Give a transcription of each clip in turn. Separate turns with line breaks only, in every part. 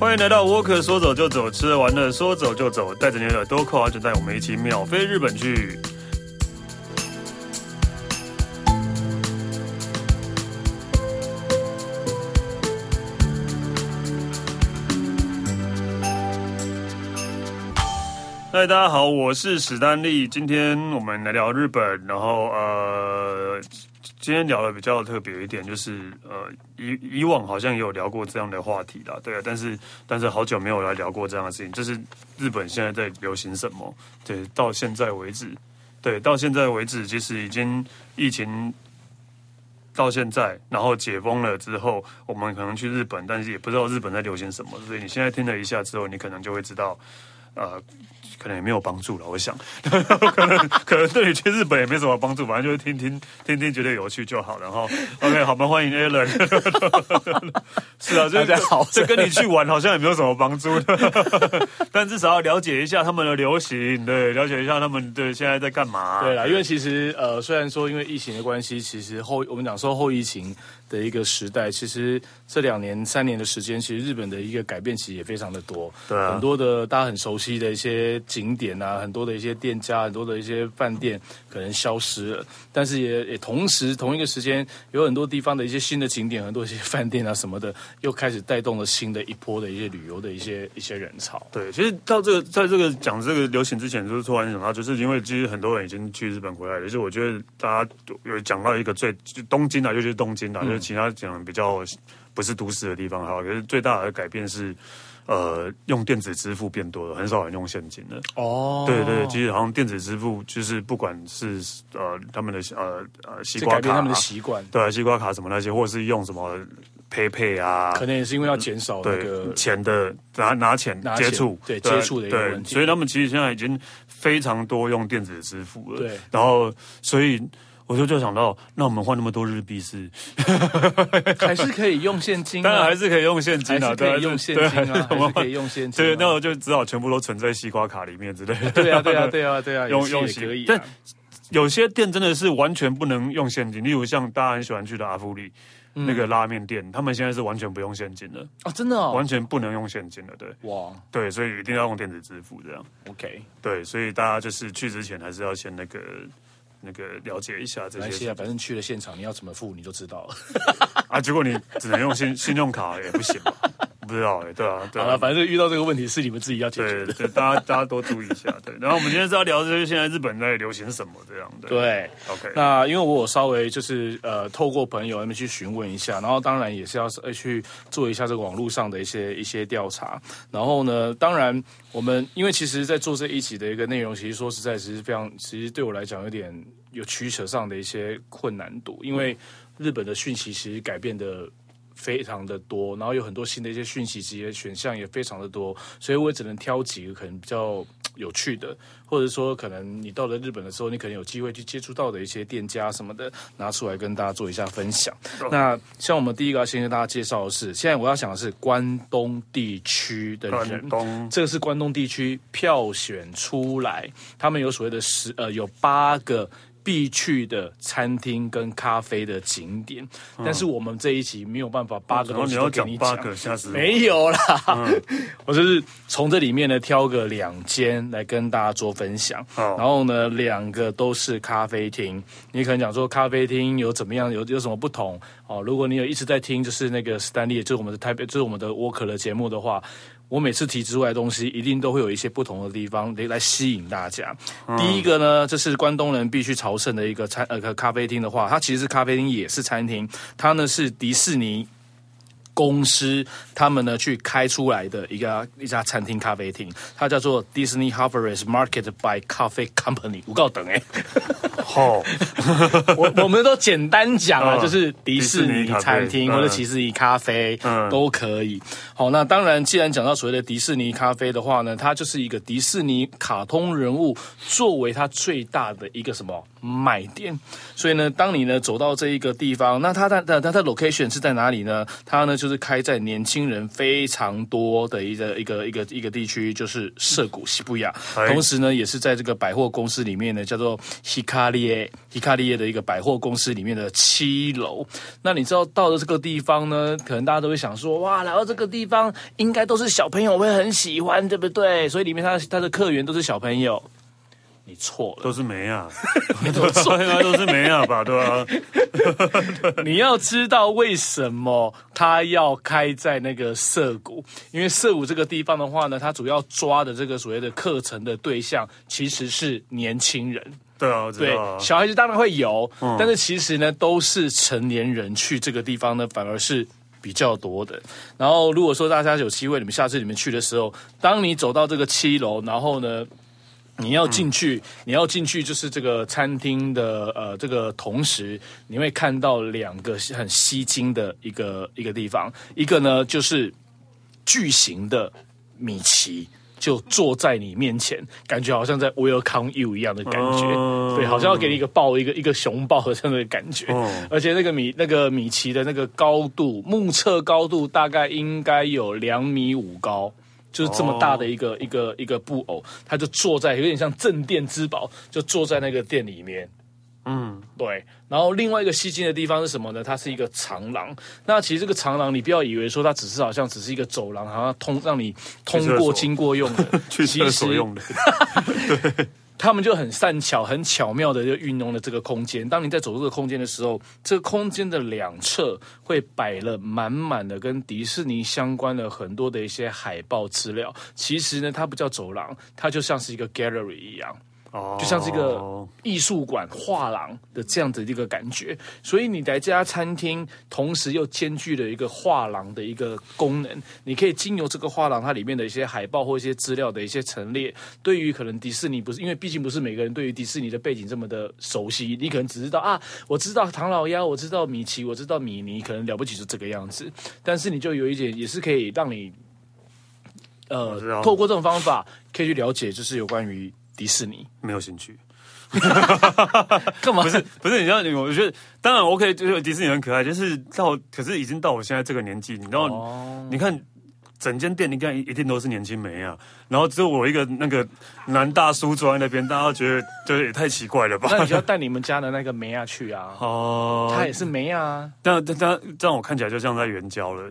欢迎来到沃克，说走就走，吃了玩了说走就走，带着你的耳朵扣好就带我们一起秒飞日本去。嗨，大家好，我是史丹利。今天我们来聊日本，然后呃，今天聊的比较特别一点，就是呃，以以往好像也有聊过这样的话题啦，对啊，但是但是好久没有来聊过这样的事情，就是日本现在在流行什么？对，到现在为止，对，到现在为止，其实已经疫情到现在，然后解封了之后，我们可能去日本，但是也不知道日本在流行什么，所以你现在听了一下之后，你可能就会知道，呃，可能也没有帮助了。我想， 可能可能对你去日本也没什么帮助，反正就是听听听听，觉得有趣就好。然后，OK，好，我们欢迎 Alan。是 啊，就是
大家好
这跟你去玩好像也没有什么帮助的，但至少要了解一下他们的流行，对，了解一下他们对现在在干嘛。
对啦，因为其实呃，虽然说因为疫情的关系，其实后我们讲说后疫情的一个时代，其实这两年三年的时间，其实日本的一个改变其实也非常的多，
对啊
很多的大家很熟悉的一些景点啊，很多的一些店家，很多的一些饭店可能消失了，但是也也同时同一个时间，有很多地方的一些新的景点，很多一些饭店啊什么的，又开始带动了新的一波的一些旅游的一些一些人潮。
对，其实到这个，在这个讲这个流行之前，就是突然想到，就是因为其实很多人已经去日本回来了，就是我觉得大家有讲到一个最就东京啊，就是东京啊，
嗯
就是其他讲比较不是都市的地方哈，可是最大的改变是，呃，用电子支付变多了，很少人用现金了。
哦
对对，其实好像电子支付就是不管是呃他们的呃呃西
这
瓜
改
卡
变
啊、
他们的习惯。
对啊西瓜卡什么那些，或是用什么 PayPay 啊，
可能也是因为要减少那个
对钱的拿拿钱
拿
接
钱
触，
对接触的一个问题
所以他们其实现在已经非常多用电子支付了。
对
然后所以我就就想到，那我们换那么多日币是，
还是可以用现金、啊，
当然还是可以用现金
还
啊，
是可以用现金
对
啊，
我
还
们
是可以用现金、啊。
对，那我就只好全部都存在西瓜卡里面之类的。
对啊，对啊，对啊， 对 啊，
用
也是
用
也
习
可以、啊。
但有些店真的是完全不能用现金，例如像大家很喜欢去的阿芙里。
嗯
那个拉面店，他们现在是完全不用现金了，
哦，真的哦
完，全不能用现金了，对
哇
对，所以一定要用电子支付这样。
，OK，
对，所以大家就是去之前还是要先那个那个了解一下这
没关系
些
啊，反正去了现场，你要怎么付你就知道了。
啊。结果你只能用信 信用卡也不行 吧？不知道哎、对啊，对
好
啊
了，。反正遇到这个问题是你们自己要解决
对
的。
对，大家大家多注意一下。对，然后我们今天是要聊就是现在日本在流行什么这样的。
对，
，OK，
那因为我有稍微就是呃，透过朋友那边去询问一下，然后当然也是要呃去做一下这个网络上的一些一些调查。然后呢，当然我们因为其实，在做这一集的一个内容，其实说实在，其实非常，其实对我来讲有点有取舍上的一些困难度，因为日本的讯息其实改变的。非常的多，然后有很多新的一些讯息，这些选项也非常的多，所以我也只能挑几个可能比较有趣的，或者说可能你到了日本的时候，你可能有机会去接触到的一些店家什么的，拿出来跟大家做一下分享。那像我们第一个要先跟大家介绍的是，现在我要讲的是关东地区的人
关，东
这个是关东地区票选出来，他们有所谓的十呃有八个。必去的餐厅跟咖啡的景点，但
嗯
是我们这一集没有办法八个
然后哦
东
你
西
要
都给
讲
你
八
讲，
个，吓死我！
没有啦，哦嗯我就是从这里面呢挑个两间来跟大家做分享。
好
然后呢，两个都是咖啡厅，你可能讲说咖啡厅有怎么样，有有什么不同哦？如果你有一直在听，就是那个 Stanley，就是我们的台北，就是我们的 Walker 的节目的话。我每次提之外的东西，一定都会有一些不同的地方来来吸引大家。第一个呢，这是关东人必须朝圣的一个餐呃个咖啡厅的话，它其实是咖啡厅也是餐厅，它呢是迪士尼公司他们呢去开出来的一个一家餐厅咖啡厅，它叫做 Disney Harvest Market by Coffee Company。我告等哎、
好，
我我们都简单讲啊，
嗯
就是迪士尼餐
迪士尼咖
厅
啡
或者迪士尼咖啡
嗯
都可以。好，那当然，既然讲到所谓的迪士尼咖啡的话呢，它就是一个迪士尼卡通人物作为它最大的一个什么买点。所以呢，当你呢走到这一个地方，那它的它它的 location 是在哪里呢？它呢就是开在年轻人非常多的一个一个一个一个地区，就是涩谷西布亚。
哎
同时呢，也是在这个百货公司里面呢，叫做 Hikarie Hikarie 的一个百货公司里面的七楼。那你知道到了这个地方呢，可能大家都会想说，哇，来到这个地方应该都是小朋友会很喜欢，对不对？所以里面它它的客源都是小朋友。你错 了，
都是梅 啊， 应该都是梅啊吧，对啊，
你要知道为什么它要开在那个涩谷，因为涩谷这个地方的话呢，它主要抓的这个所谓的课程的对象其实是年轻人。
对啊，我知
对
道，啊，
小孩子当然会有，但是其实呢，都是成年人去这个地方呢，反而是。比较多的，然后如果说大家有机会，你们下次你们去的时候，当你走到这个七楼，然后呢，你要进去，你要进去就是这个餐厅的呃这个同时，你会看到两个很吸睛的一个一个地方，一个呢就是巨型的米奇。就坐在你面前，感觉好像在 welcome you 一样的感觉，
哦
对，好像要给你一个抱一个一个熊抱的这样的感觉。
哦
而且那个米那个米奇的那个高度，目测高度大概应该有两米五高，就是这么大的一个、一个一个布偶，他就坐在有点像镇店之宝，就坐在那个店里面。
嗯，
对，然后另外一个吸睛的地方是什么呢？它是一个长廊。那其实这个长廊，你不要以为说它只是好像只是一个走廊，好像通让你通
去厕
过
所，
经过用的
去厕所
其实
用的，
他们就很善巧、很巧妙的就运用了这个空间。当你在走入这个空间的时候，这个空间的两侧会摆了满满的跟迪士尼相关的很多的一些海报资料。其实呢，它不叫走廊，它就像是一个 gallery 一样。
哦，
就像这个艺术馆、画廊的这样的一个感觉。所以你来这家餐厅，同时又兼具了一个画廊的一个功能。你可以经由这个画廊它里面的一些海报或一些资料的一些陈列，对于可能迪士尼不是，因为毕竟不是每个人对于迪士尼的背景这么的熟悉，你可能只知道啊，我知道唐老鸭，我知道米奇，我知道米妮，可能了不起就这个样子。但是你就有一点，也是可以让你。呃
我知道，
透过这种方法，可以去了解，就是有关于迪士尼。
没有兴趣。
干嘛？
不是不是，你知道，我觉得当然 OK，就是迪士尼很可爱，就是到可是已经到我现在这个年纪，你知道，
哦
你看整间店，你看一定都是年轻妹啊，然后只有我一个那个男大叔坐在那边，大家都觉得这也太奇怪了吧？
那你就要带你们家的那个梅亚去啊，
哦，
她也是梅亚啊。
但但但这样我看起来就像在援交了，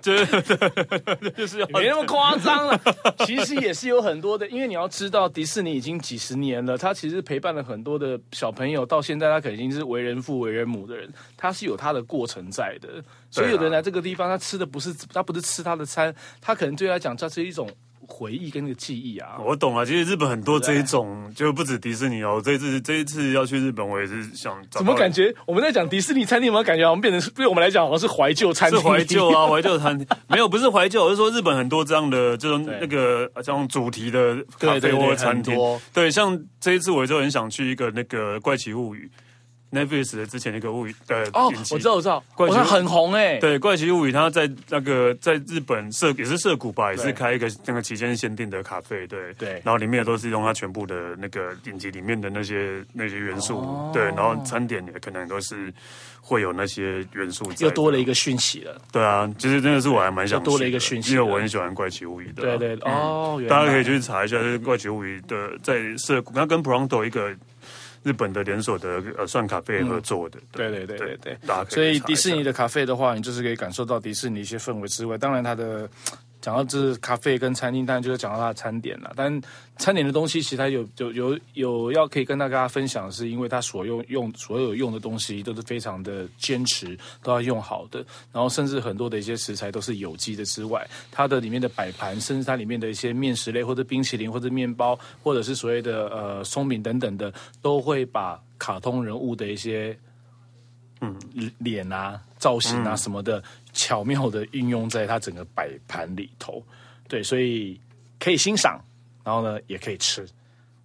对，对对对就是就是要
没那么夸 张了，其实也是有很多的，因为你要知道，迪士尼已经几十年了，它其实陪伴了很多的小朋友，到现在他肯定是为人父、为人母的人，他是有他的过程在的。所以有的人
啊
来这个地方，他吃的不是他不是吃他的餐，他可能对他来讲，这是一种回忆跟那个记忆啊。
我懂了，其实日本很多这一种，就不止迪士尼哦。我这一次这一次要去日本，我也是想怎
怎么感觉我们在讲迪士尼餐厅，有没有感觉好像变成是对我们来讲好像是怀旧餐
是
厅？
怀旧啊，怀旧餐厅 没有，不是怀旧，我是说日本很多这样的 这种
对
那个呃这种主题的咖
对
啡
对对
或餐厅
很多。
对，像这一次我就很想去一个那个《怪奇物语》Netflix 的之前那个物语的
哦
影，集
我知道，我知道，
怪
我
奇
看很红哎、
对，《怪奇物语》它在那个在日本涉也是涉谷吧，也是
对
开一个那个期间限定的咖啡，对
对
然后里面都是用它全部的那个影集里面的那些那些元素，
哦
对，然后餐点也可能都是会有那些元素在，
又多了一个讯息了。
对啊，其实真的是我还蛮想去的
又多了一个讯息啊
因为我很喜欢《怪奇物语》的，
对对，哦，原来
大家可以去查一下，就是《怪奇物语》的在涉谷，它跟 Pronto 一个日本的连锁的呃算咖啡合作的，
对嗯对对对对
大家可以
所以
去查一
迪
下
士尼的咖啡的话，你就是可以感受到迪士尼一些氛围之外，当然它的。讲到这咖啡跟餐厅，当然就是讲到它的餐点了。但餐点的东西，其实它有有有有要可以跟大家分享，是因为它所用用所有用的东西都是非常的坚持，都要用好的。然后甚至很多的一些食材都是有机的之外，它的里面的摆盘，甚至它里面的一些面食类或者冰淇淋或者面包，或者是所谓的呃松饼等等的，都会把卡通人物的一些脸啊、造型
嗯
啊什么的，巧妙的运用在它整个摆盘里头。对，所以可以欣赏，然后呢也可以吃。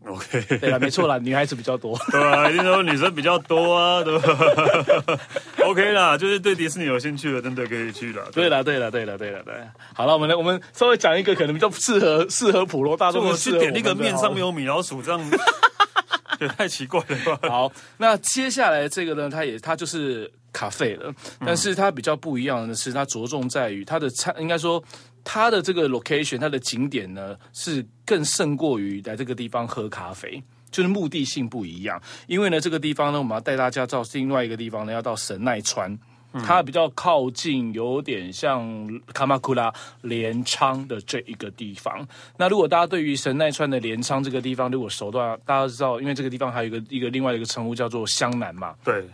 OK，
对了，没错啦，女孩子比 较多。
对啊，一定都是女生比较多啊，对吧？OK 啦，就是对迪士尼有兴趣的，真的可以去啦。
对了，对了，对了，对了，对啦。好了，我们来，我们稍微讲一个可能比较适合适合普罗大
就
众
我
的
去
适合我
点
们
那
的，
个面上没
有。
有米老鼠，这 样也太奇怪了吧？
好，那接下来这个呢，它也它就是咖啡了，但是它比较不一样的是，它着重在于它的餐，应该说它的这个 location，它的景点呢是更胜过于来这个地方喝咖啡。就是目的性不一样，因为呢，这个地方呢，我们要带大家到另外一个地方呢，要到神奈川，嗯它比较靠近，有点像卡马库拉镰仓的这一个地方。那如果大家对于神奈川的镰仓这个地方如果熟的话，大家知道，因为这个地方还有一个一个另外一个称呼叫做湘南嘛。
对，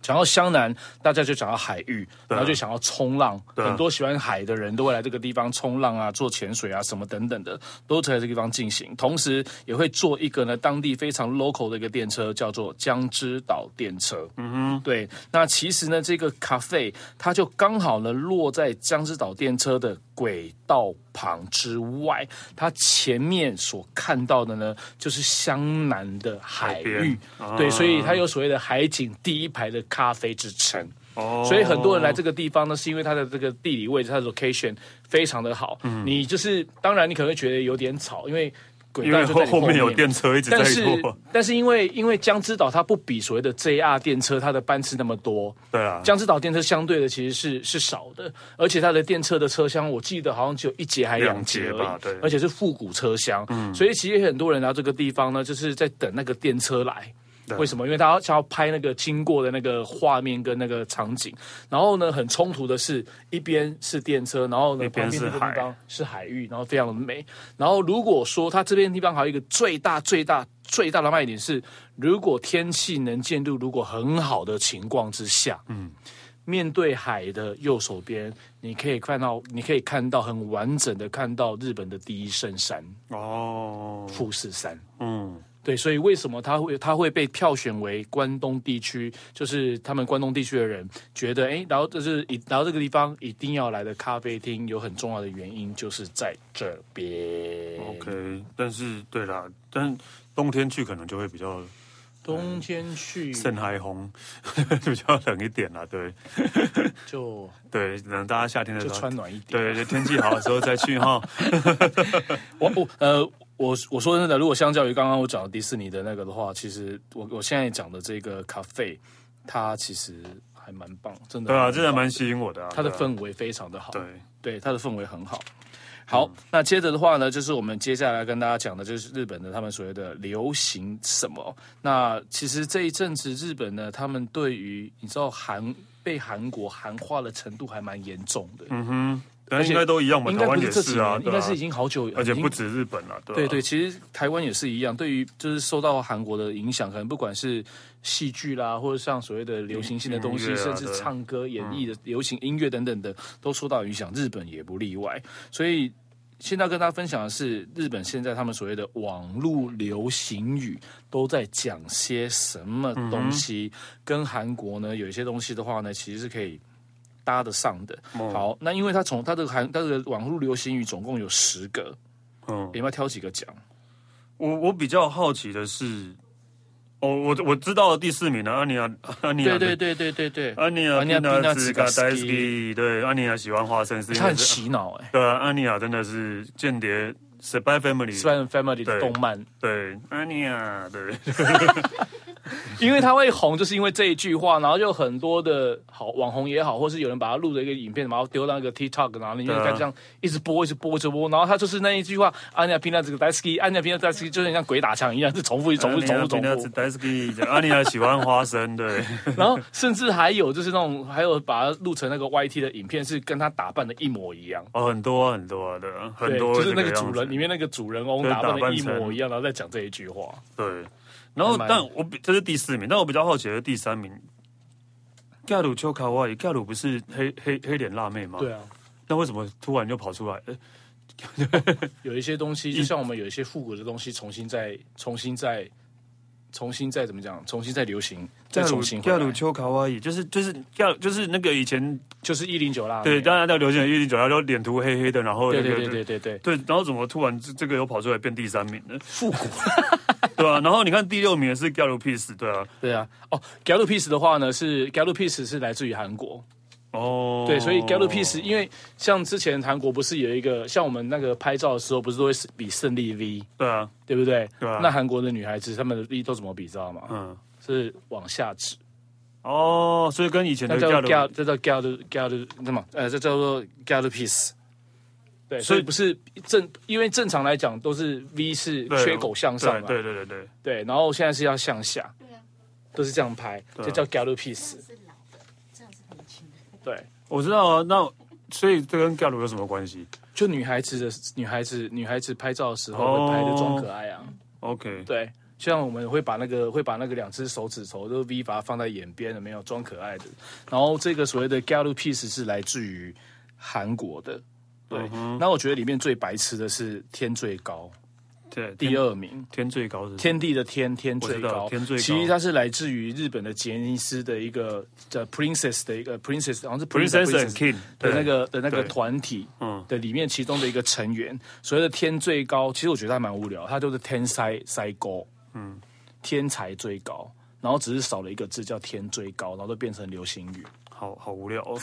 讲到湘南，大家就讲到海域，然后就想要冲浪，
啊
很多喜欢海的人都会来这个地方冲浪啊、做潜水啊什么等等的，都在这个地方进行。同时也会做一个呢当地非常 local 的一个电车，叫做江之岛电车。嗯哼，对。那其实呢，这个咖啡它就刚好呢落在江之岛电车的轨道旁之外，它前面所看到的呢就是湘南的
海
海域，
边
对，
啊
所以它有所谓的海景第一排的咖啡之称。
哦，
所以很多人来这个地方呢，是因为它的这个地理位置，它的 location 非常的好。
嗯
你就是当然你可能会觉得有点吵，因为轨
因
道
为
就
后
在你
后
后
面有电车 一直在
但是
过，
但是因为因为江之岛它不比所谓的 JR 电车它的班次那么多，
对啊，
江之岛电车相对的其实是是少的，而且它的电车的车厢，我记得好像只有一节还两节
两
而已
节吧对
而且是复古车厢，所以其实很多人来这个地方呢，就是在等那个电车来。为什么？因为他想要拍那个经过的那个画面跟那个场景，然后呢，很冲突的是，一边是电车，然后呢，
一边
旁边
是
那个地
海
方是海域，然后非常的美。然后如果说它这边地方还有一个最大最大最大的卖点是，如果天气能见度如果很好的情况之下，嗯，面对海的右手边，你可以看到你可以看到很完整的看到日本的第一圣山
哦，
富士山。
嗯，
对，所以为什么他会他会被票选为关东地区，就是他们关东地区的人觉得，哎，然后这是一，然后这个地方一定要来的咖啡厅，有很重要的原因就是在这边。嗯
哦 OK，但是对啦，但冬天去可能就会比
嗯
较
冬
嗯
天去
肾还红， 比较冷一点啦。对
就
对，可能大家夏天的
就
时候
穿，暖一点。啊
对，就天气好的时候再去 哈。
我我呃，我我说真的，如果相较于刚刚我讲的迪士尼的那个的话，其实我我现在讲的这个咖啡，它其实还蛮棒，真的。
对啊，这还蛮吸引我的啊。
它的
对啊
氛围非常的好。
对，
对，它的氛围很好。好，那接着的话呢，就是我们接下来跟大家讲的，就是日本的他们所谓的流行什么。那其实这一阵子日本呢，他们对于你知道韩被韩国韩化的程度还蛮严重的，
嗯哼，但
而且
应该都一样吧？
应
台
该不
湾
是
也
这几
是
年，
啊，
应
对
该
啊，
是已经好久，
而且
已经
不止日本啊，对啊
对对，其实台湾也是一样，对于就是受到韩国的影响，可能不管是戏剧啦，或者像所谓的流行性的东
音
西，
乐啊
甚至
对啊
唱歌、演绎的流行音乐等等的，都受到影响，日本也不例外。所以现在要跟大家分享的是，日本现在他们所谓的网络流行语都在讲些什么东
嗯
西，跟韩国呢有一些东西的话呢，其实是可以。搭得上的，
嗯
好，那因为它从它这个韩它这个网络流行语总共有十个，
嗯
你，们要挑几个讲？
我我比较好奇的是，哦，我我知道第四名的啊安妮亚，安妮亚
对
的
对对对对对，啊
安妮亚
安妮亚
皮纳茨卡
Pinatsky
戴斯基，对，安妮亚喜欢花生是因
他
为
很
是，
洗脑哎、
对啊，安妮亚真的是间谍 spy family，
s p a n Family
对
的动漫，
对，安妮亚， 对，
因为他会红，就是因为这一句话，然后就很多的好网红也好，或是有人把他录的一个影片，然后丢到那个 TikTok，然后里面
对啊
就这样一直播，一直播，一直播，然后他就是那一句话，安妮亚皮娜这个 d a s k y 安妮亚皮娜 d a s k y 就很像鬼打墙一样，是重复、重复、重复、重
安妮亚皮纳
复
茨。戴斯基，安妮亚喜欢花生，对，
然后甚至还有就是那种，还有把它录成那个 YT 的影片，是跟他打扮的一模一样。
哦，很多啊很多啊，对啊，很
对，
多
就是那
这
个
样
主
子
人里面那个主人翁
就是
打扮
打扮
的一
成
模一样，然后再讲这一句话。
对，然后
还蛮
但我比这是第四名，但我比较好奇的是第三名。盖鲁丘卡哇伊，盖鲁不是黑黑黑脸辣妹吗？
对。啊，
那为什么突然就跑出来？呃嗯
有一些东西，就像我们有一些复古的东西，重新再重新再重新再怎么讲，重新再流行，再
亚鲁
重新回
亚鲁
来，
秋卡哇伊，就是就是亚就是那个以前
就是一零九辣妹
对大家在流行的一零九，然后脸涂黑黑的，然后那
对
个
对对对对对，
对，然后怎么突然这这个又跑出来变第三名呢？复古，对啊。然后你看第六名也是 Gallo Peace，对啊。
对啊，哦 g a l u p i c e 的话呢是 g a l u p i c e 是来自于韩国，
哦，
对，所以 g a l u p i c e 因为像之前韩国不是有一个像我们那个拍照的时候不是都会比胜利 V，
对啊，
对不对？
对啊
那韩国的女孩子她们的力都怎么比，知道吗？
嗯，
是往下指，
哦，所以跟以前的
那叫
Gallo
gal，这叫 gal gal 什么？呃，这叫做 gal piece。对，
所
所
以
以不是正，因为正常来讲都是 V 是
对
缺口向上嘛，啊
对对对对对，
对然后现在是要向下，
对啊，
都是这样拍，
对啊
这叫 gal piece
这。是老的，这样是年轻的。
对，
我知道啊。那所以这跟 Gallo 有什么关系
就女孩子的女孩子女孩子拍照的时
哦
候会拍的装可爱啊，
？OK，
对，就像我们会把那个会把那个两只手指头都 V 把它放在眼边的，没有装可爱的。然后这个所谓的 g a l l piece 是来自于韩国的，
嗯
对。那我觉得里面最白痴的是天最高
对，
第
天
二名。
天最高是什么
天地的天，天
我
最
知道
高，
天最高
其实它是来自于日本的杰尼斯的一个叫 Princess 的一个 Princess，好像是
Princess and King
的那个的那个
对
团体，
嗯
嗯，的里面其中的一个成员，所谓的天最高，其实我觉得还蛮无聊，它就是天塞塞高，嗯，天才最高，然后只是少了一个字叫天最高，然后都变成流行语。
好好无聊、哦。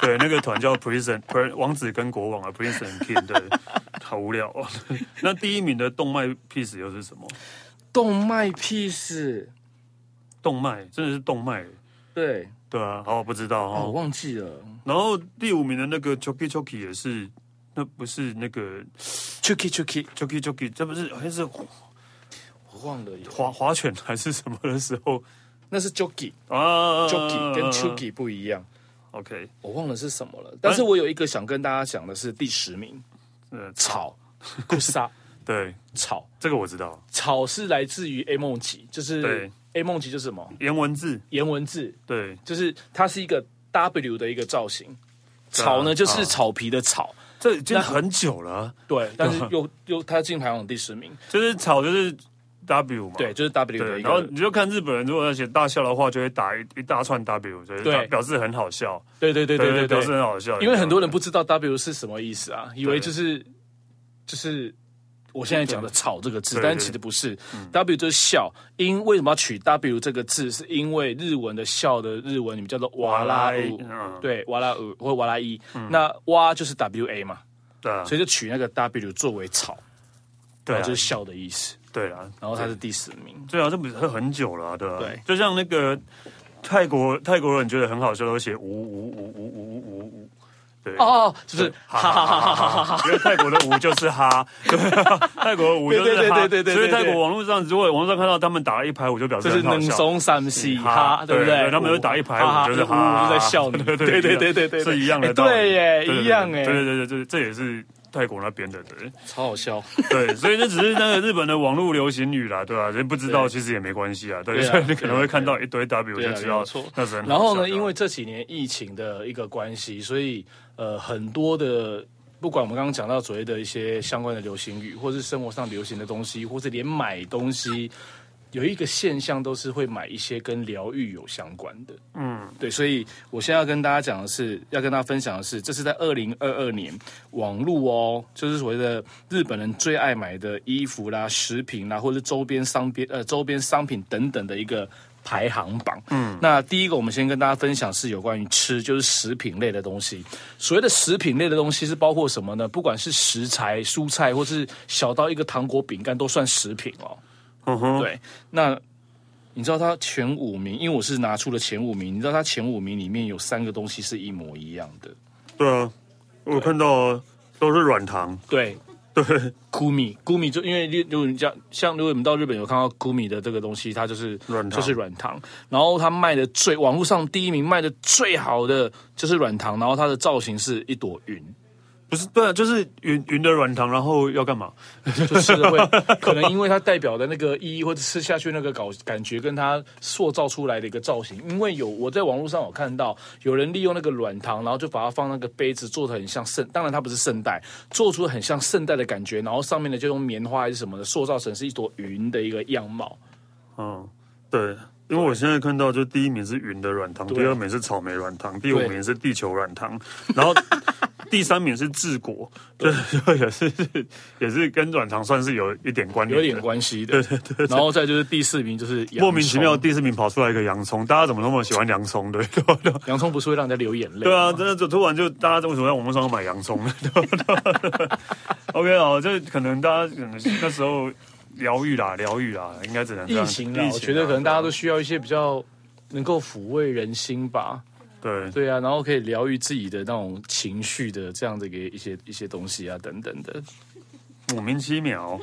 对，那个团叫 Prison，不是王子跟国王啊，Prison and King，对，好无聊、哦。 那第一名的动脉 piece 又是什么？
动脉 piece，
动脉真的是动脉，
对，
对啊，好，我不知道
哦，我
哦。
忘记了
然后第五名的那个 Choki Choki 也是，那不是那个
，Chucky Chucky，
Choki Choki，这不是好像是
我忘了耶，
划划拳还是什么的时候
那是 Chucky
啊
Chucky 跟 Chucky 不一样。
OK，
我忘了是什么了，但是我有一个想跟大家讲的是第十名，
呃，
草，古沙
对，
草，
这个我知道，
草是来自于 A 梦集，就是
对
A 梦集就是什么
颜文字，
颜文字，
对，
就是它是一个 W 的一个造型，
嗯
草呢就是草皮的草，
这已经很久了啊，
对，但是又又它进排行第十名，
就是草就是 W 嘛，
对，就是 W 的
对，
一
然后
个，
你就看日本人，如果要写大笑的话，就会打一一大串 W，所以
对
表示很好笑，
对对对对对
表示
对，
很好笑，
因为很多人不知道 W 是什么意思啊，以
对
为就是就是我现在讲的“草”这个字，
对
但
对嗯
是其实不是。W 就是笑，因为什么要取 W 这个字？是因为日文的“笑”的日文你们叫做“
哇
哇
啦
啦
伊
呜”，
嗯
对，“哇啦呜”或“哇啦伊”。那“哇”就是 W A 嘛，
对啊，
所以就取那个 W 作为“草”，
对
然
啊
后，就是笑的意思。
对啊，
然后它是第十名，
对啊，这不是很久了、啊，对吧、
对
就像那个泰国泰国人觉得很好笑，都写无无无无无无无无，对，
哦，是 不是？
哈哈哈哈哈哈，因为泰国的无就是哈， 对啊，泰国的无就是哈，
对对对对对对对
所以泰国网络上如果网络上看到他们打了一排舞，就表示
就是
很好
能
笑。
松三西
哈
哈，对不对
对？他们就打一排舞
哈哈
就是
呜
哈
呜在笑 你，
对
对
对对
对对对对对，
是一样的
哎
道理
对
对对
耶，
对
一样哎，
对对对对，这这也是泰国那边的，对
超好笑。
对，所以这只是那个日本的网络流行语啦，对吧、人不知道
对
其实也没关系啊，对，
对啊
所以你可能
对
会
啊
看到一堆 W
对
就
啊
知
没
道
有错
那是很好
然后
笑
呢，
的啊
因为这几年疫情的一个关系，所以呃，很多的不管我们刚刚讲到所谓的一些相关的流行语，或是生活上流行的东西，或是连买东西，有一个现象都是会买一些跟疗愈有相关的。嗯，对，所以我现在要跟大家讲的是，要跟大家分享的是，这是在二零二二年网络哦，就是所谓的日本人最爱买的衣服啦、食品啦，或者周边商边呃周边商品等等的一个排行榜。嗯，那第一个我们先跟大家分享是有关于吃，就是食品类的东西。所谓的食品类的东西是包括什么呢？不管是食材、蔬菜，或是小到一个糖果、饼干，都算食品哦。
嗯哼，
对，那你知道它前五名，因为我是拿出了前五名，你知道它前五名里面有三个东西是一模一样的，
对啊，我看到啊都是软糖，
对。
对，
谷米，谷米就因为如果你像像如果你们到日本有看到谷米的这个东西，它就是
软糖
就是软糖。然后它卖的最网络上第一名卖的最好的就是软糖，然后它的造型是一朵云，
不是对啊，就是云云的软糖，然后要干嘛？
就是会 可能因为它代表的那个意义，或者吃下去那个感感觉，跟它塑造出来的一个造型。因为有我在网络上有看到有人利用那个软糖，然后就把它放那个杯子，做的很像圣，当然它不是圣代，做出很像圣代的感觉，然后上面呢就用棉花还是什么的塑造成是一朵云的一个样貌。
嗯，对，啊因为我现在看到，就第一名是云的软糖，
对
第二名是草莓软糖，第五名是地球软糖，然后第三名是治国， 对，就也是也是跟软糖算是有一点关联，
有点。关系的。对对对。然后再就是第四名就是洋葱
莫名其妙，，第四名跑出来一个洋葱，大家怎么那么喜欢洋葱？对， 对对
洋葱不是会让人家流眼泪？
对啊，，真的就突然就大家为什么在网络上买洋葱呢 ？OK 哦，这可能大家可能那时候疗愈啦，疗愈啦，应该只能这样。啊
疫情啦，我觉得可能大家都需要一些比较能够抚慰人心吧。
对
对啊，然后可以疗愈自己的那种情绪的这样的一个一些一些东西啊，等等的。
莫名哦其妙。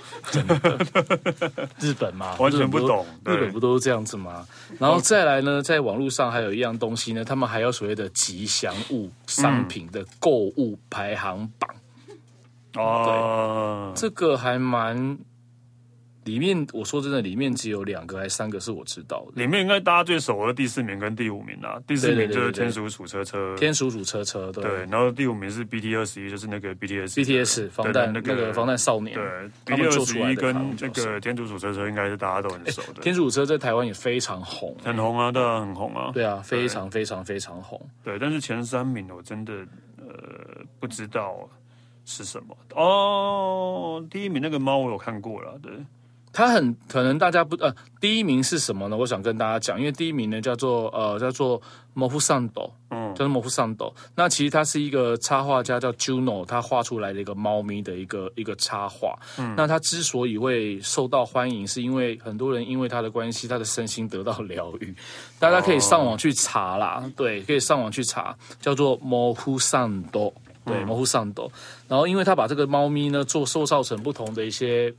日本嘛，
完全不
日本
懂对
日本不都是这样子吗？然后再来呢，在网络上还有一样东西呢，他们还有所谓的吉祥物商品的购物排行榜，
哦，
这个还蛮。里面我说真的，里面只有两个还三个是我知道的，
里面应该大家最熟的第四名跟第五名啦，第四名就
对对对对
是
对
天竺鼠车车，
天鼠鼠车车对
对，然后第五名是 BT 二十一，就是那个 BTS 的
BTS 防弹
对
那个防弹少年，
对
他们
，BT
做
二
出
十
来
一
的卡通
跟
角
这
色哎
个天竺鼠车车应该是大家都很熟的，
天鼠车在台湾也非常红，
很红啊，对啊，很红啊，
对啊，非常非常非常红。
对，但是前三名
啊
我真的呃不知道是什么哦，第一名那个猫我有看过了，对，
它很可能大家不呃，第一名是什么呢？我想跟大家讲，因为第一名呢叫做呃叫做摩夫上斗，
嗯
叫做摩夫上斗。那其实它是一个插画家叫 Juno，他画出来的一个猫咪的一个一个插画。嗯，那它之所以会受到欢迎，是因为很多人因为它的关系，他的身心得到疗愈。大家可以上网去查啦，对，可以上网去查，叫做摩夫上斗。对，摩夫上斗。然后，因为他把这个猫咪呢做塑造成不同的一些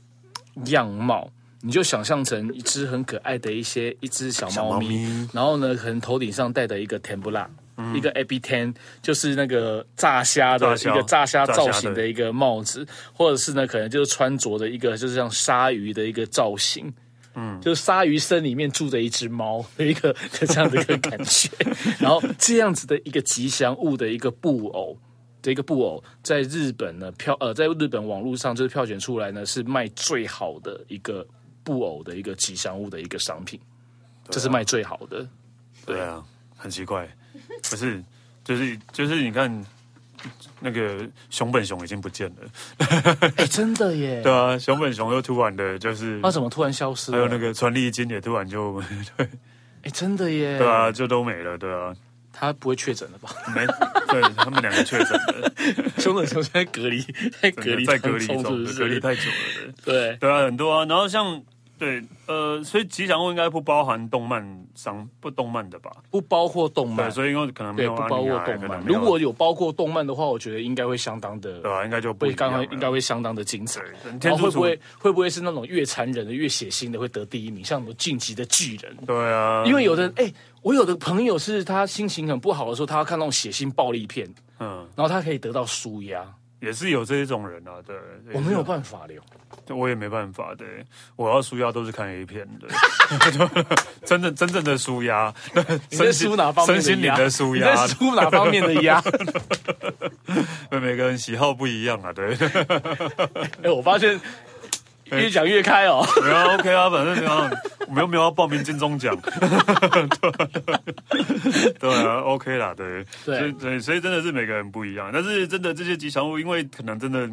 样貌，你就想象成一只很可爱的一些一只小猫咪，
小猫咪
然后呢，可能头顶上戴的一个 t e m b u l a 一个 a b t e n 就是那个炸虾的
嗯炸虾
一个炸虾
炸虾
造型的一个帽子，或者是呢，可能就是穿着的一个就是像鲨鱼的一个造型。嗯，就是鲨鱼身里面住着一只猫的一个 的这样的一个感觉，然后这样子的一个吉祥物的一个布偶，这个布偶在日本呢票呃，在日本网络上就是票选出来呢是卖最好的一个布偶的一个吉祥物的一个商品，这是
啊
卖最好的。
对啊，很奇怪，不是，就是就是你看那个熊本熊已经不见了，
哎、真的耶！
对啊，熊本熊又突然的就是
它，怎么突然消失
还
了？
有那个川丽金也突然就对
哎、真的耶！
对啊，，就都没了，对啊，
他不会确诊了 吧？
没对他们两个确诊了，
熊本熊现在隔离，在隔离
在隔离
当中
中，
是不是
隔离太久了， 对。
对。
对啊，很多啊。然后像对呃，所以吉祥物应该不包含动漫商不动漫的吧？
不包括动漫
对，，所以应该可能没
对，
有
不
安
包
妮
括
亚，
动
可
漫。
能没有啊
如果有包括动漫的话，我觉得应该会相当的，
对啊，应该就不
会
一
刚
样
刚
了
应该会相当的精彩。
对
然
天
后
竺
会不
鼠
会会不会是那种越残忍的、越血腥的会得第一名？像什么晋级的巨人？
对啊，
因为有的哎、我有的朋友是他心情很不好的时候，他要看那种血腥暴力片，
嗯
然后他可以得到舒压。
也是啊有这一种人啊，对，
我没有办法了，
对，我也没办法，对，我要舒压都是看 A 片的， 真正真正的舒压，
你在舒哪方面的
身心灵
压
的舒
你在
压，
舒哪方面的压？
对每个人喜好不一样啊，对。
哎、我发现越讲越开哦。
对啊，OK 啊，反正怎样，我们又没有要报名金钟奖， 对对啊，OK 啦，对，
对
所以对，所以真的是每个人不一样，但是真的这些吉祥物，因为可能真的。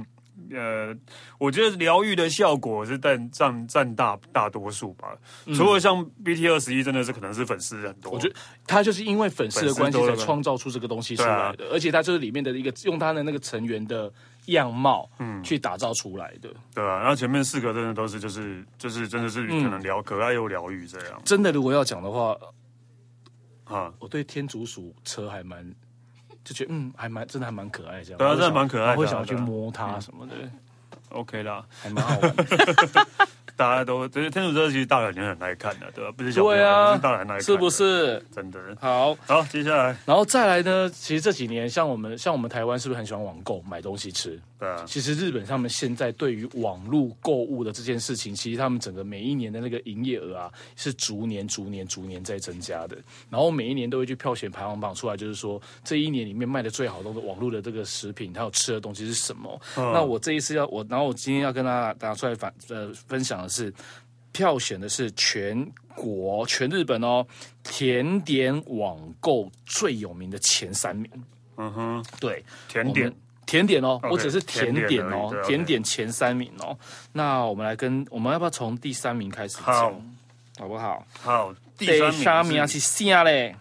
呃，我觉得疗愈的效果是占占占大大多数吧。除了像 BT 二十一，真的是可能是粉丝很多。
嗯我觉得他就是因为粉丝的关系
粉丝多
才
了吧
创造出这个东西出来的，而且他就是里面的一个用他的那个成员的样貌，嗯，去打造出来的。
对啊，然后前面四个真的都是就是就是真的是
嗯
可能疗、可爱又疗愈这样
真的，如果要讲的话，
啊。
我对天竺鼠车还蛮就觉得嗯，还蛮真的还蛮可爱这样。
对啊
我
真
会
的
想
蛮可爱的啊
我会想要去
对啊
摸它什么的，
OK 啦，
还蛮好玩的。
大家都这些天主教其实大人也很爱看的、对吧、不是小朋友，是大人很爱看，
啊是不？是？
真的。
好，
好，接下来，
然后再来呢？其实这几年，像我们像我们台湾是不是很喜欢网购买东西吃？
对啊，
其实日本他们现在对于网络购物的这件事情，其实他们整个每一年的那个营业额啊，是逐年、逐年、逐年在增加的。然后每一年都会去票选排行榜出来，就是说这一年里面卖的最好的网络的这个食品，还有吃的东西是什么。那我这一次要我，然后我今天要跟大家拿出来反呃分享的是票选的是全国全日本哦甜点网购最有名的前三名。
嗯哼，
对，
甜
我
点
们，甜点哦
OK，
我只是甜
甜
点哦
点而已对，，OK
甜点前三名哦。那我们来跟我们要不要从第三名开始讲，
好
好不好？
好，第
第
三
三名
名
啊
是
是啥嘞？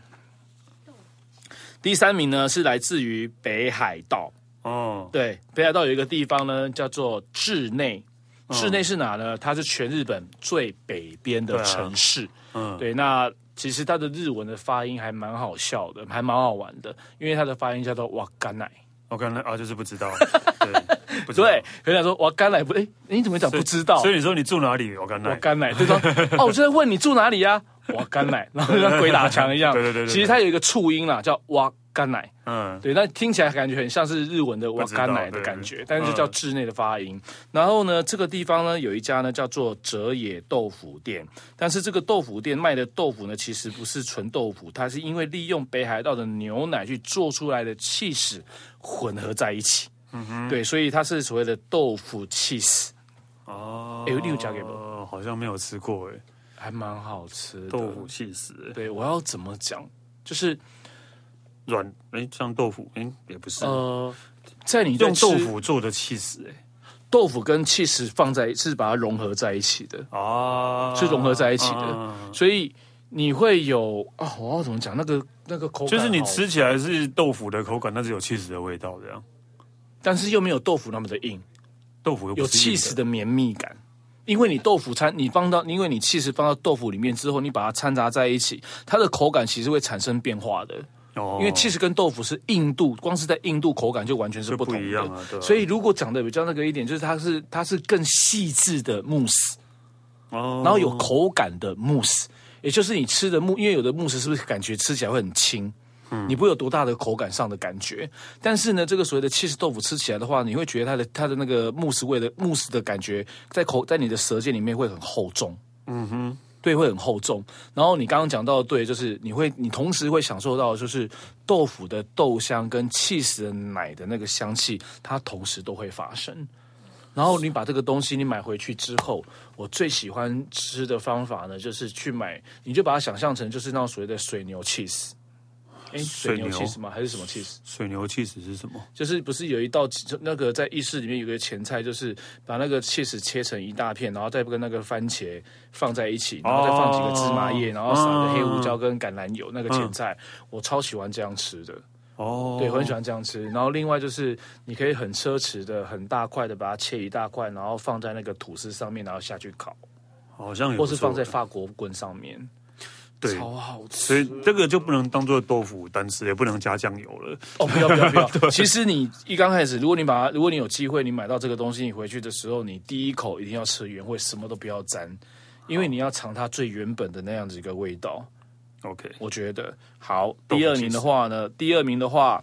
第三名呢是来自于北海道，
哦，
对，北海道有一个地方呢叫做稚内，
嗯
稚内是哪呢？它是全日本最北边的
对啊
城市。
嗯，
对，那其实它的日文的发音还蛮好笑的，还蛮好玩的，因为它的发音叫做哇干奶。
我刚才啊就是不知 道，对，不知道
对，有人讲说哇干奶不，哎，你怎么讲不知道？
所以你说你住哪里？我刚
我
才
干奶，对方 哦，我就在问你住哪里啊呀、哇干奶，然后就像鬼打墙一样。
对对对对对
其实它有一个促音啦，叫哇干奶。
嗯，
对，那听起来感觉很像是日文的哇
知道
干奶的
对
感觉
嗯，
但是叫稚内的发音。然后呢，这个地方呢有一家呢叫做折野豆腐店，但是这个豆腐店卖的豆腐呢其实不是纯豆腐，它是因为利用北海道的牛奶去做出来的气势混合在一起。
嗯
对，所以它是所谓的豆腐气势，
哦，
哎你有夹给吗
呃好像没有吃过哎，
还蛮好吃的。
豆腐气死，哎
对，我要怎么讲？就是
软哎像豆腐哎也不是，
呃，在你
嗯
在
用
吃
豆腐做的气死哎
豆腐跟 cheese 放在是把它融合在一起的，
啊，
是融合在一起的，
啊
所以你会有啊、我要怎么讲？那个那个口感
就是你
好，
吃起来是豆腐的口感，但是有气死的味道，这样
但是又没有豆腐那么的硬，
豆腐又
有
不是硬
cheese 的绵密感。因为你豆腐掺你放到，因为你 cheese 放到豆腐里面之后，你把它掺杂在一起，它的口感其实会产生变化的。
哦，
因为 cheese 跟豆腐是硬度，光是在硬度口感就完全是不同的。
就不一样啊对啊
所以如果讲的比较那个一点，就是它是它是更细致的慕斯，
哦，
然后有口感的慕斯，也就是你吃的慕，因为有的慕斯是不是感觉吃起来会很轻？你不会有多大的口感上的感觉，但是呢，这个所谓的 cheese 豆腐吃起来的话，你会觉得它的它的那个慕斯味的慕斯的感觉，在口在你的舌尖里面会很厚重。
嗯哼，
对，会很厚重。然后你刚刚讲到的对，就是你会，你同时会享受到，就是豆腐的豆香跟 cheese 的奶的那个香气，它同时都会发生。然后你把这个东西你买回去之后，我最喜欢吃的方法呢，就是去买，你就把它想象成就是那种所谓的水牛 cheese。哎，水牛
水牛
cheese 吗？还是什么 cheese？
水牛气死是什么？
就是不是有一道就那个在意式里面有个前菜，就是把那个 cheese 切成一大片，然后再跟那个番茄放在一起，然后再放几个芝麻叶，然后撒个黑胡椒跟橄榄油，那个前菜、
嗯
我超喜欢这样吃的，
哦，
对，我很喜欢这样吃。然后另外就是你可以很奢侈的、很大块的把它切一大块，然后放在那个吐司上面，然后下去烤，
好像也
或
不
是
错
放在法国棍上面，
对，
超好吃。
所以这个就不能当做豆腐单吃，也不能加酱油了。
哦，不要不要不要！其实你一刚开始，如果你把它，如果你有机会，你买到这个东西，你回去的时候，你第一口一定要吃原味，什么都不要沾，因为你要尝它最原本的那样子一个味道。
OK，
我觉得好。
懂
第二名的话呢，第二名的话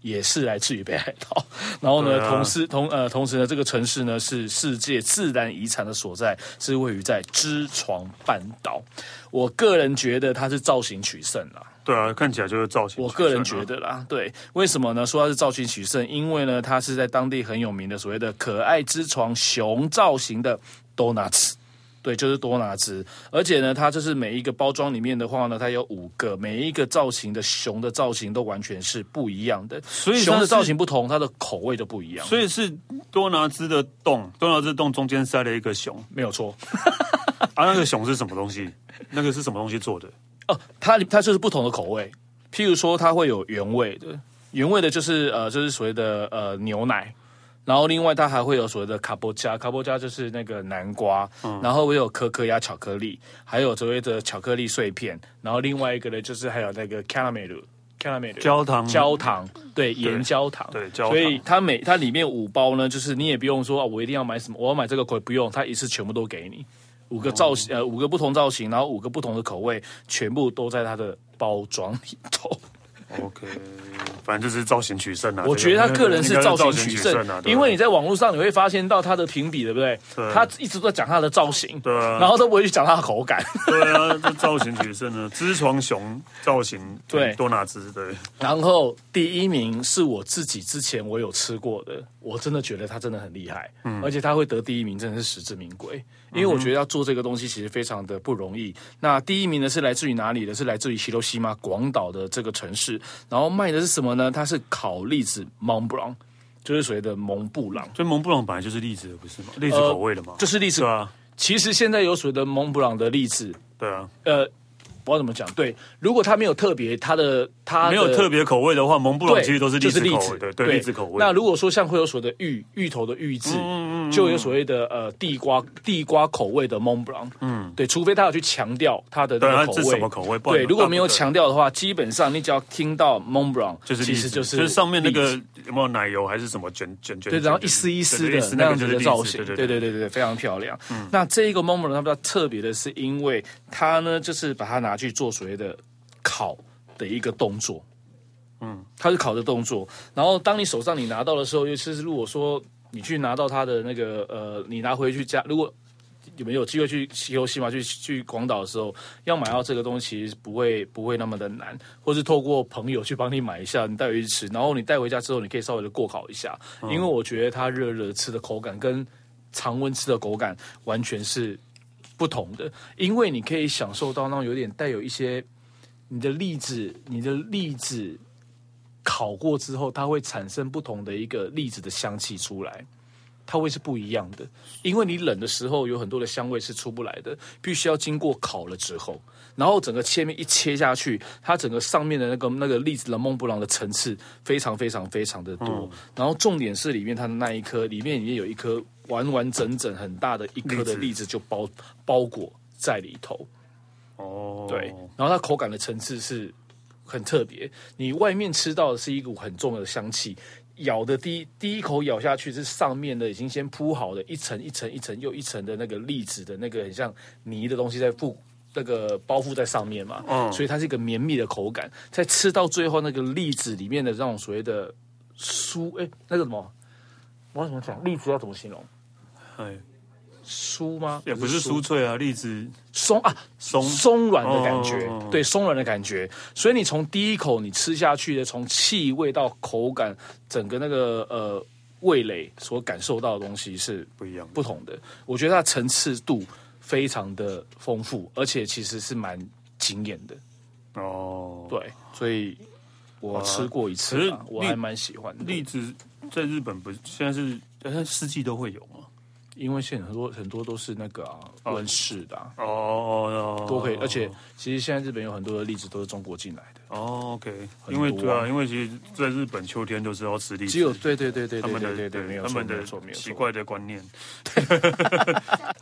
也是来自于北海道，然后呢，
对啊
同时同呃同时呢，这个城市呢是世界自然遗产的所在，是位于在知床半岛。我个人觉得它是造型取胜啦、
对啊，看起来就是造型。啊
我个人觉，得啦，对，为什么呢？说它是造型取胜，因为呢，它是在当地很有名的所谓的可爱之床熊造型的 donuts。对，就是多拿兹，而且呢，它就是每一个包装里面的话呢，它有五个，每一个造型的熊的造型都完全是不一样的，
所以它
熊的
是
造型不同，它的口味就不一样，
所以是多拿兹的洞，多拿兹洞中间塞了一个熊
没有错。
啊，那个熊是什么东西？那个是什么东西做的？
哦，它它就是不同的口味，譬如说它会有原味的，原味的就是呃就是所谓的呃牛奶，然后另外它还会有所谓的卡波加，卡波加就是那个南瓜，然后会有可可鸭巧克力，还有所谓的巧克力碎片，然后另外一个呢就是还有那个 caramel。caramel
焦糖
焦糖，对盐焦糖，
对焦糖
所以它每它里面五包呢，就是你也不用说啊，我一定要买什么，我要买这个口味，不用，它一次全部都给你，五个造型，呃，五个不同造型，然后五个不同的口味，全部都在它的包装里 头。
OK，反正就是造型取胜啊。
我觉得他
这
个人是造型取
应该是
胜
啊，对啊
因为你在网络上你会发现到他的评比，对不对
对？
他一直都在讲他的造型，
对啊
然后都不会去讲他的口感。
对啊，这造型取胜 呢，织床熊造型哎
对
多拿兹对，
然后第一名是我自己之前我有吃过的，我真的觉得他真的很厉害，
嗯
而且他会得第一名，真的是实至名归。因为我觉得要做这个东西其实非常的不容易。那第一名呢是来自于哪里呢？是来自于西罗西马广岛的这个城市，然后卖的是什么呢？它是烤栗子 Mont Blanc，就是所谓的蒙布朗。
所以蒙布朗本来就是栗子的，不是吗？栗子口味的嘛，
呃这是栗子
对。啊，
其实现在有所谓的蒙布朗的栗子，
对啊，
呃，不知道怎么讲。对，如果它没有特别，它的它的
没有特别口味的话，蒙布朗
对
其实都是栗
就是
子
栗
口味
子，
的，对，栗子口味。嗯
那如果说像会有所谓的芋芋头的芋字，就有所谓的呃地瓜地瓜口味的 Mont Blanc，嗯，对，除非他有去强调它的那
对啊
个口
这
味，
是什么口味不然啊
对，如果没有
大部分
强调的话，基本上你只要听到 Mont Blanc，
就是栗
其
子
实就是
就是上面那
栗
个
子。
有没有奶油还是什么卷卷卷，
对，然后
卷
一丝一丝
对
的
一丝
那
那
样
个就
子
是
的
栗
造
子
型，
对嗯
对
对
对对对，非常漂亮。那这一个 Mont Blanc 它比较特别的是，因为它呢就是把它拿去做所谓的烤的一个动作，
嗯
它是烤的动作。然后当你手上你拿到的时候，尤其是如果说你去拿到它的那个呃，你拿回去家，如果你们有机会去西游西嘛，去去广岛的时候，要买到这个东西其实不会不会那么的难，或是透过朋友去帮你买一下，你带回去吃，然后你带回家之后，你可以稍微的过烤一下，因为我觉得它热热吃的口感跟常温吃的口感完全是不同的，因为你可以享受到那种有点带有一些你的栗子，你的栗子烤过之后，它会产生不同的一个栗子的香气出来，它会是不一样的。因为你冷的时候有很多的香味是出不来的，必须要经过烤了之后，然后整个切面一切下去，它整个上面的那个那个栗子的蒙布朗的层次非常非常非常的多。
嗯
然后重点是里面它的那一颗，里面里面有一颗完完整整很大的一颗
栗子
的栗子就包包裹在里头。
哦，
对，然后它口感的层次是很特别。你外面吃到的是一股很重的香气，咬的第一第一口咬下去是上面的已经先铺好的一层一层一层又一层的那个栗子的那个很像泥的东西在覆。那个包覆在上面嘛，
嗯
所以它是一个绵密的口感，在吃到最后那个栗子里面的那种所谓的酥，哎，那个什么，我要怎么讲？栗子要怎么形容？
哎，
酥吗？
也不是酥脆啊，栗子
松啊，
松
松软的感觉，
哦
对松软的感觉。所以你从第一口你吃下去的，从气味到口感，整个那个呃味蕾所感受到的东西是
不一样。
不同的。我觉得它层次度非常的丰富，而且其实是蛮惊
嗯
艳的。
哦，
对，所以我吃过一次
可是
啊，我
栗
还蛮喜欢
栗
的。
子在日本不是现在是，但它四季都会有嘛？
因为现在很多很多都是那个啊温室的、啊，
哦哦，哦
都可以。而且其实现在日本有很多的栗子都是中国进来的，
哦，OK，
很
因为
多
对啊，
啊
因为其实在日本秋天就是要吃栗子，
只有对对对对
他
对
们
对
的
对对，没有
他
错
们
没有
的
错没有
奇
错。
怪的观念。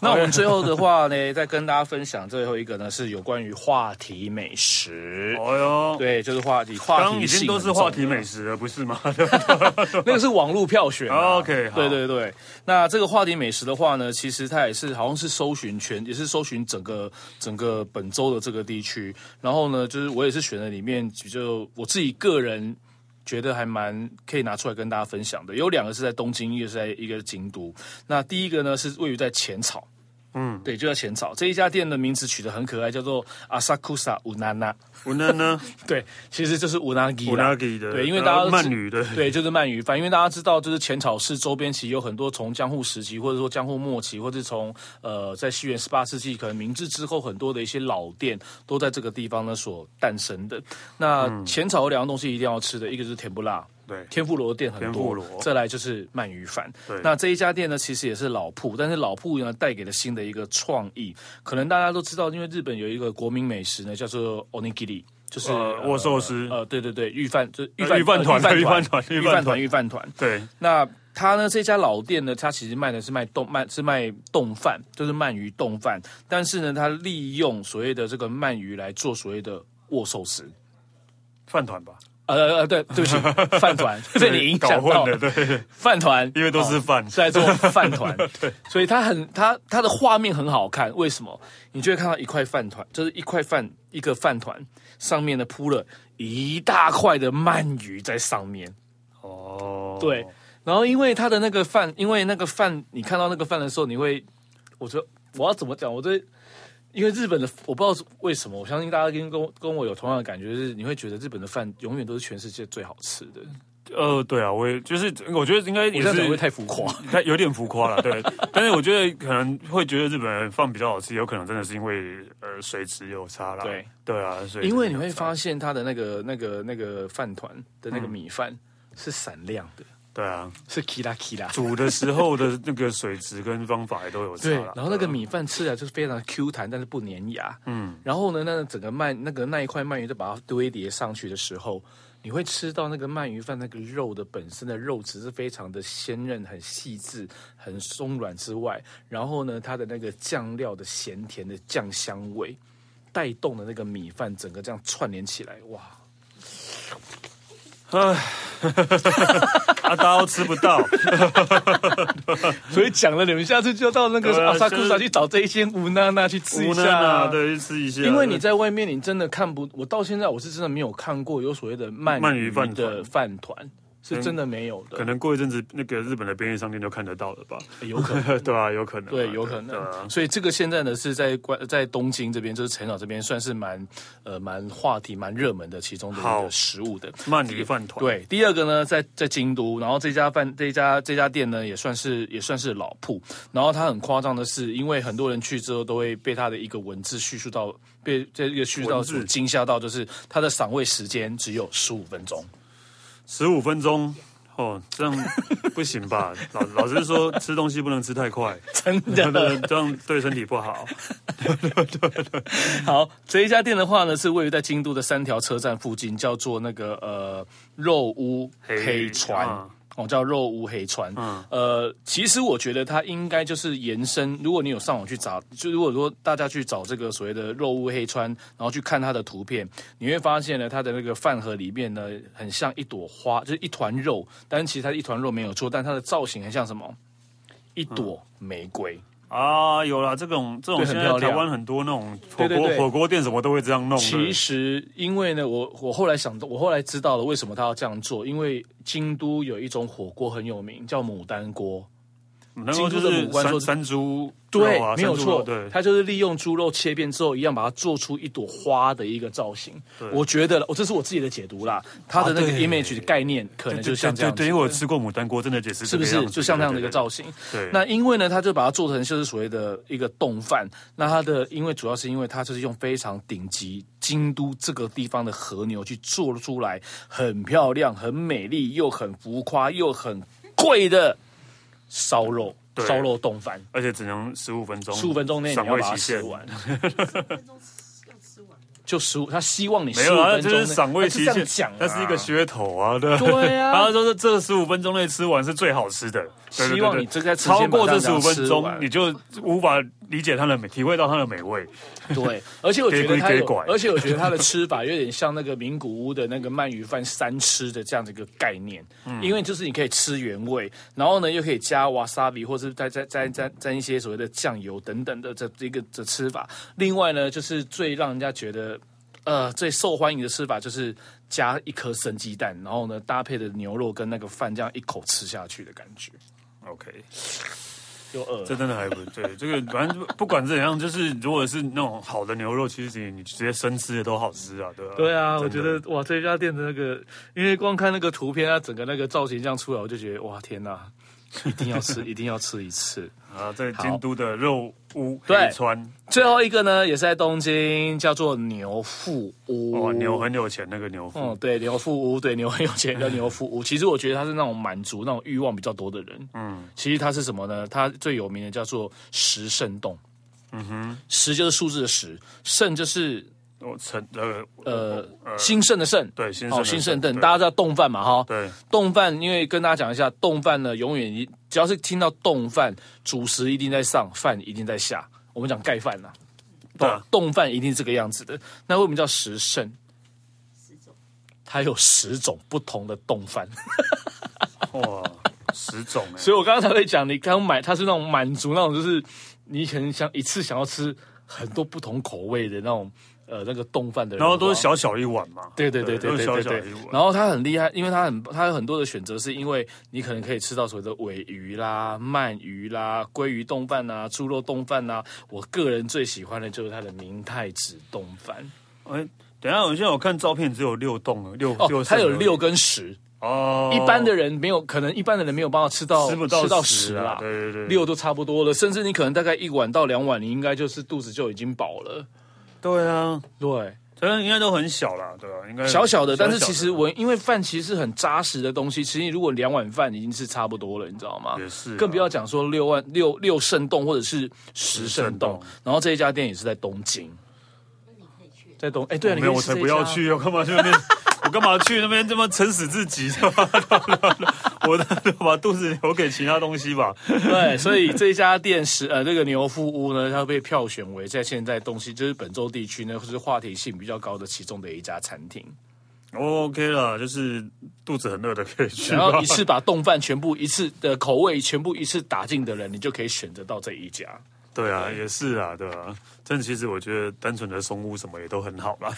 那我们最后的话呢， 再跟大家分享最后一个呢，是有关于话题美食。
哦哟，
对，就是话题，话题
刚刚已经
性
都
很
是
重
话题
要
美食了，不是吗？
那个是网络票选、啊。
OK，好
对对对。那这个话题美食的话呢，其实它也是好像是搜寻全，也是搜寻整个整个本州的这个地区。然后呢，就是我也是选了里面比较我自己个人。觉得还蛮可以拿出来跟大家分享的，有两个是在东京，一个是在一个是京都。那第一个呢是位于在浅草，嗯，对，就在浅草这一家店的名字取得很可爱，叫做 Asakusa Unana，
我呢呢，
对，其实就是 Unagi
我
啦
那给的，
对因为大家都
呃
知
慢女的，
对，就是鳗鱼饭，因为大家知道，就是浅草市周边其实有很多从江户时期，或者说江户末期，或者是从呃在西元十八世纪可能明治之后，很多的一些老店都在这个地方呢所诞生的。那
嗯
浅草有两样东西一定要吃的，一个就是甜不辣。
对
天妇罗的店很
天妇
多
罗，
再来就是鳗鱼饭
对。
那这一家店呢，其实也是老铺，但是老铺呢带给了新的一个创意。可能大家都知道，因为日本有一个国民美食呢，叫做 onigiri，就是
呃握寿司
呃，对对对，御饭就是御
呃
饭
御饭团
呃御饭
御饭团
御
御
饭
饭
团，
团
御饭团。
对，
那他呢？这家老店呢，它其实卖的是卖冻卖是卖冻饭，就是鳗鱼冻饭。但是呢，它利用所谓的这个鳗鱼来做所谓的握寿司。
饭团 吧，
呃呃，对，对不起，饭团被你影
搞
响
混
到
了， 对，
饭团，
因为都是
哦
饭
是在做饭团，对，所以它很它它的画面很好看，为什么？你就会看到一块饭团，就是一块饭一个饭团上面呢铺了一大块的鳗鱼在上面，
哦，
对，然后因为它的那个饭，因为那个饭，你看到那个饭的时候，你会，我觉得我要怎么讲？我对，因为日本的，我不知道为什么，我相信大家跟跟我跟我有同样的感觉，就是你会觉得日本的饭永远都是全世界最好吃的。
呃，对啊，我也就是我觉得应该也
你这样讲会不会
是
太浮夸。
他有点浮夸了，对。 但是我觉得可能会觉得日本人饭比较好吃，有可能真的是因为呃水质有差啦。
对
对啊，所以
因为你会发现它的那个那个那个饭团的那个米饭是闪亮的，
对啊，
是 kila kila。
煮的时候的那个水质跟方法也都有差
对
啦。，
然后那个米饭吃起来就是非常 Q 弹，但是不粘牙。
嗯
嗯，然后呢，那整个鳗那个那一块鳗鱼就把它堆叠上去的时候，你会吃到那个鳗鱼饭那个肉的本身的肉质是非常的鲜嫩、很细致、很松软之外，然后呢，它的那个酱料的咸甜的酱香味带动了那个米饭整个这样串联起来，哇！
啊，大家都吃不到，
所以讲了，你们下次就到那个
对啊
阿萨库
就
萨
是
去找这一间吴娜娜去 吃一
无奈
下
啊，
啊。
对，去吃一下。
因为你在外面，你真的看不，我到现在我是真的没有看过有所谓的鳗
鳗鱼饭团
的饭团，是真的没有的，
可能过一阵子，那个日本的便利商店就看得到了吧？
有可能。
对啊，有可能啊，
对，有可
对啊
能。所以这个现在呢是在关在东京这边，就是陈岛这边，算是蛮呃蛮话题蛮热门的其中的一
好
个食物的。
鳗鱼饭团，
对，第二个呢，在在京都，然后这家饭这家这家店呢，也算是也算是老铺。然后它很夸张的是，因为很多人去之后都会被它的一个文字叙述到，被这一个叙述到
文字
所惊吓到，就是它的赏味时间只有十五分钟。
十五分钟哦，这样不行吧？ 老老师说吃东西不能吃太快，
真的
这样对身体不好。
好，这一家店的话呢，是位于在京都的三条车站附近，叫做那个呃肉屋
黑
黑川。
啊
哦，叫肉屋黑川。
嗯
呃，其实我觉得它应该就是延伸。如果你有上网去找，就如果说大家去找这个所谓的肉屋黑川，然后去看它的图片，你会发现呢，它的那个饭盒里面呢，很像一朵花，就是一团肉。但其实它一团肉没有错，但它的造型很像什么？一朵玫瑰。
啊，有啦，这种这种
对
现
很
在
漂亮
台湾很多那种火
对对
锅
对
火锅店什么都会这样弄的。
其实，因为呢，我我后来想到，我后来知道了为什么他要这样做，因为京都有一种火锅很有名，叫牡丹锅。
然后就
京都的
是
牡丹
山
说
山猪
对，
肉啊
没有
山猪肉
错，
对，
它就是利用猪肉切片之后，一样把它做出一朵花的一个造型。我觉得，哦我、这是我自己的解读啦，它的那个
啊对
image 的概念可能就像这样
对对
子，
对，因为我吃过牡丹锅，真的也是
是
这
不
个样
是
子
就像那样的一个造
型？
型？
对，
那因为呢，他就把它做成就是所谓的一个冻饭。那它的因为主要是因为它就是用非常顶级京都这个地方的和牛去做出来，很漂亮、很美丽，又很浮夸，又很贵的烧肉
对
烧肉冻饭。
而且只能十五分钟，
十五分钟内你
赏
要
味
把它
期
吃
限
完，
十分钟吃又吃完了，
就十五。他希望你
没
十
有
五
啊，
分
这
钟内
是赏味期
他
限
就这样讲、啊，
那是一个噱头啊，对。
对啊
然后说是这十五分钟内吃完是最好吃的，对对对
希望你这个
超过这十五分
吃
钟，
完
你就无法理解它的美，体会到它的美味。
对，而且我觉得它
给
有
鬼拐，
而且我觉得它的吃法有点像那个名古屋的那个鳗鱼饭三吃的这样的一个概念，
嗯
因为就是你可以吃原味，然后呢又可以加瓦萨比，或是再再再再沾一些所谓的酱油等等的这这个这吃法。另外呢，就是最让人家觉得呃最受欢迎的吃法就是加一颗生鸡蛋，然后呢搭配的牛肉跟那个饭这样一口吃下去的感觉，
OK，
又饿了
这真的还不对。这个反正不管怎样，就是如果是那种好的牛肉，其实你你直接生吃的都好吃啊，对吧、
对
真
啊，
的
我觉得哇，这家店的那个，因为光看那个图片，它啊整个那个造型这样出来，我就觉得哇，天哪，一定要吃，一定要吃一次。
啊，在京都的肉屋
对
黑川，
最后一个呢，也是在东京，叫做牛富屋。
哇，哦牛很有钱，那个牛夫、
嗯，对，牛富屋，对，牛很有钱叫牛富屋。其实我觉得他是那种满足那种欲望比较多的人。嗯，其实他是什么呢？他最有名的叫做十圣洞。嗯哼，十就是数字的十，圣就是
哦，成呃
呃
呃
兴盛的盛。
对新
好，
盛
兴盛
的
顿，大家
家
知道冻饭嘛，哈，
对
冻饭，因为跟大家讲一下，冻饭呢，永远一只要是听到冻饭，主食一定在上，饭一定在下。我们讲盖饭呐、
对啊
冻饭一定是这个样子的。那为什么叫十胜？
十种
它有十种不同的冻饭，
哇，十 种哎、
所以我刚刚才会讲，你刚买它是那种满足那种，就是你可能想一次想要吃很多不同口味的那种呃那个冻饭的人的
然
话，
后都是小小一碗嘛，
对对对对对
都
对
是小小
对
一。碗。
然后它很厉害，因为它很它有很多的选择，是因为你可能可以吃到所谓的尾鱼啦、鳗鱼啦、鲑鱼冻饭啦、猪肉冻饭啦。我个人最喜欢的就是它的明太子冻饭
哎，等一下，我现在我看照片只有六栋了，六
哦
六，
它
扇
有
而已
六跟十。
哦，
一般的人没有可能，一般的人没有办法吃到
吃不到
吃到
十
十
啦
啦，
对对对
六都差不多了，甚至你可能大概一碗到两碗，你应该就是肚子就已经饱了。
对啊，
对，
可能应该都很小啦，对啊吧、应该
小小的，但是其实我因为饭其实是很扎实的东西，其实如果两碗饭已经是差不多了，你知道吗？
也是啊
更不要讲说六万六六圣洞或者是十圣
十圣
洞
洞，
然后这一家店也是在东京，
那你可以去。
在东哎，对啊，你
没有，
可以
我
吃
才
这
不要
家
去，我干嘛去那边？我干嘛去那边这么撑死自己？ 对吧？我的把肚子留给其他东西吧。
对，所以这一家店是呃，这个牛夫屋呢，它被票选为在现在东西就是本州地区呢，是话题性比较高的其中的一家餐厅。
OK 啦，就是肚子很饿的可以去
然后
吧
一。次把冻饭全部一次的口味全部一次打进的人，你就可以选择到这一家。
对啊，也是啊，对啊。但其实我觉得单纯的松屋什么也都很 好啦，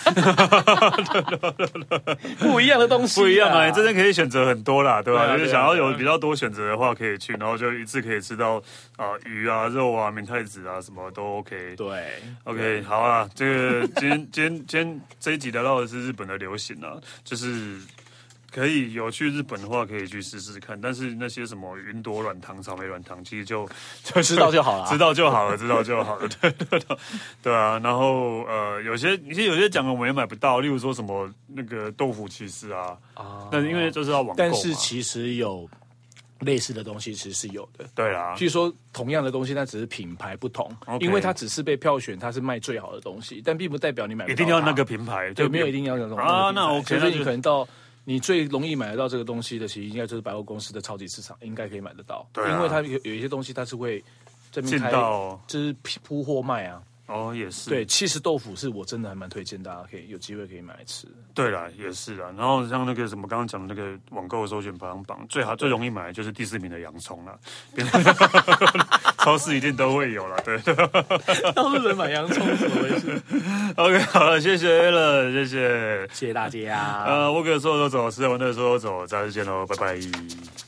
不一样的东西、
不一样啊，真的可以选择很多啦，对吧、
对啊
就是
对啊
想要有
对啊
比较多选择的话，可以去，然后就一次可以吃到啊、鱼啊、肉啊、明太子啊，什么都 OK。
对。
OK，好啊，这个今天今天今天这一集聊到的是日本的流行啊，就是可以有去日本的话可以去试试看，但是那些什么云朵软糖、草莓软糖，其实就就
知道就好啦
知道就好了，知道就好了，对对对，对啊。然后呃，有些其实有些讲的我们也买不到，例如说什么那个豆腐骑士啊，啊，但是因为就是要网购嘛，
但是其实有类似的东西，其实是有的。
对啦，
据说同样的东西，它只是品牌不同
OK
因为它只是被票选，它是卖最好的东西，但并不代表你买不到
一定要
它
那个品牌，
对，没有一定要那种
啊
那
那
种
OK，
品
那
牌所以
就
你可能到你最容易买得到这个东西的，其实应该就是百货公司的超级市场，应该可以买得到，
对啊
因为它有有一些东西它是会这边
进
开，
到
就是批铺货卖啊。
哦，也是
对，其实豆腐是我真的还蛮推荐大家可以有机会可以买来 吃。
对啦，也是啦。然后像那个什么，刚刚讲的那个网购首选排行榜，最好最容易买的就是第四名的洋葱啦， 超市一定都会有啦。对
到日本买洋葱是怎么回事？
，OK，好了，谢谢了，谢谢。
谢谢大 家。
呃，我可说走就走，是我那说走，下次见喽，拜拜。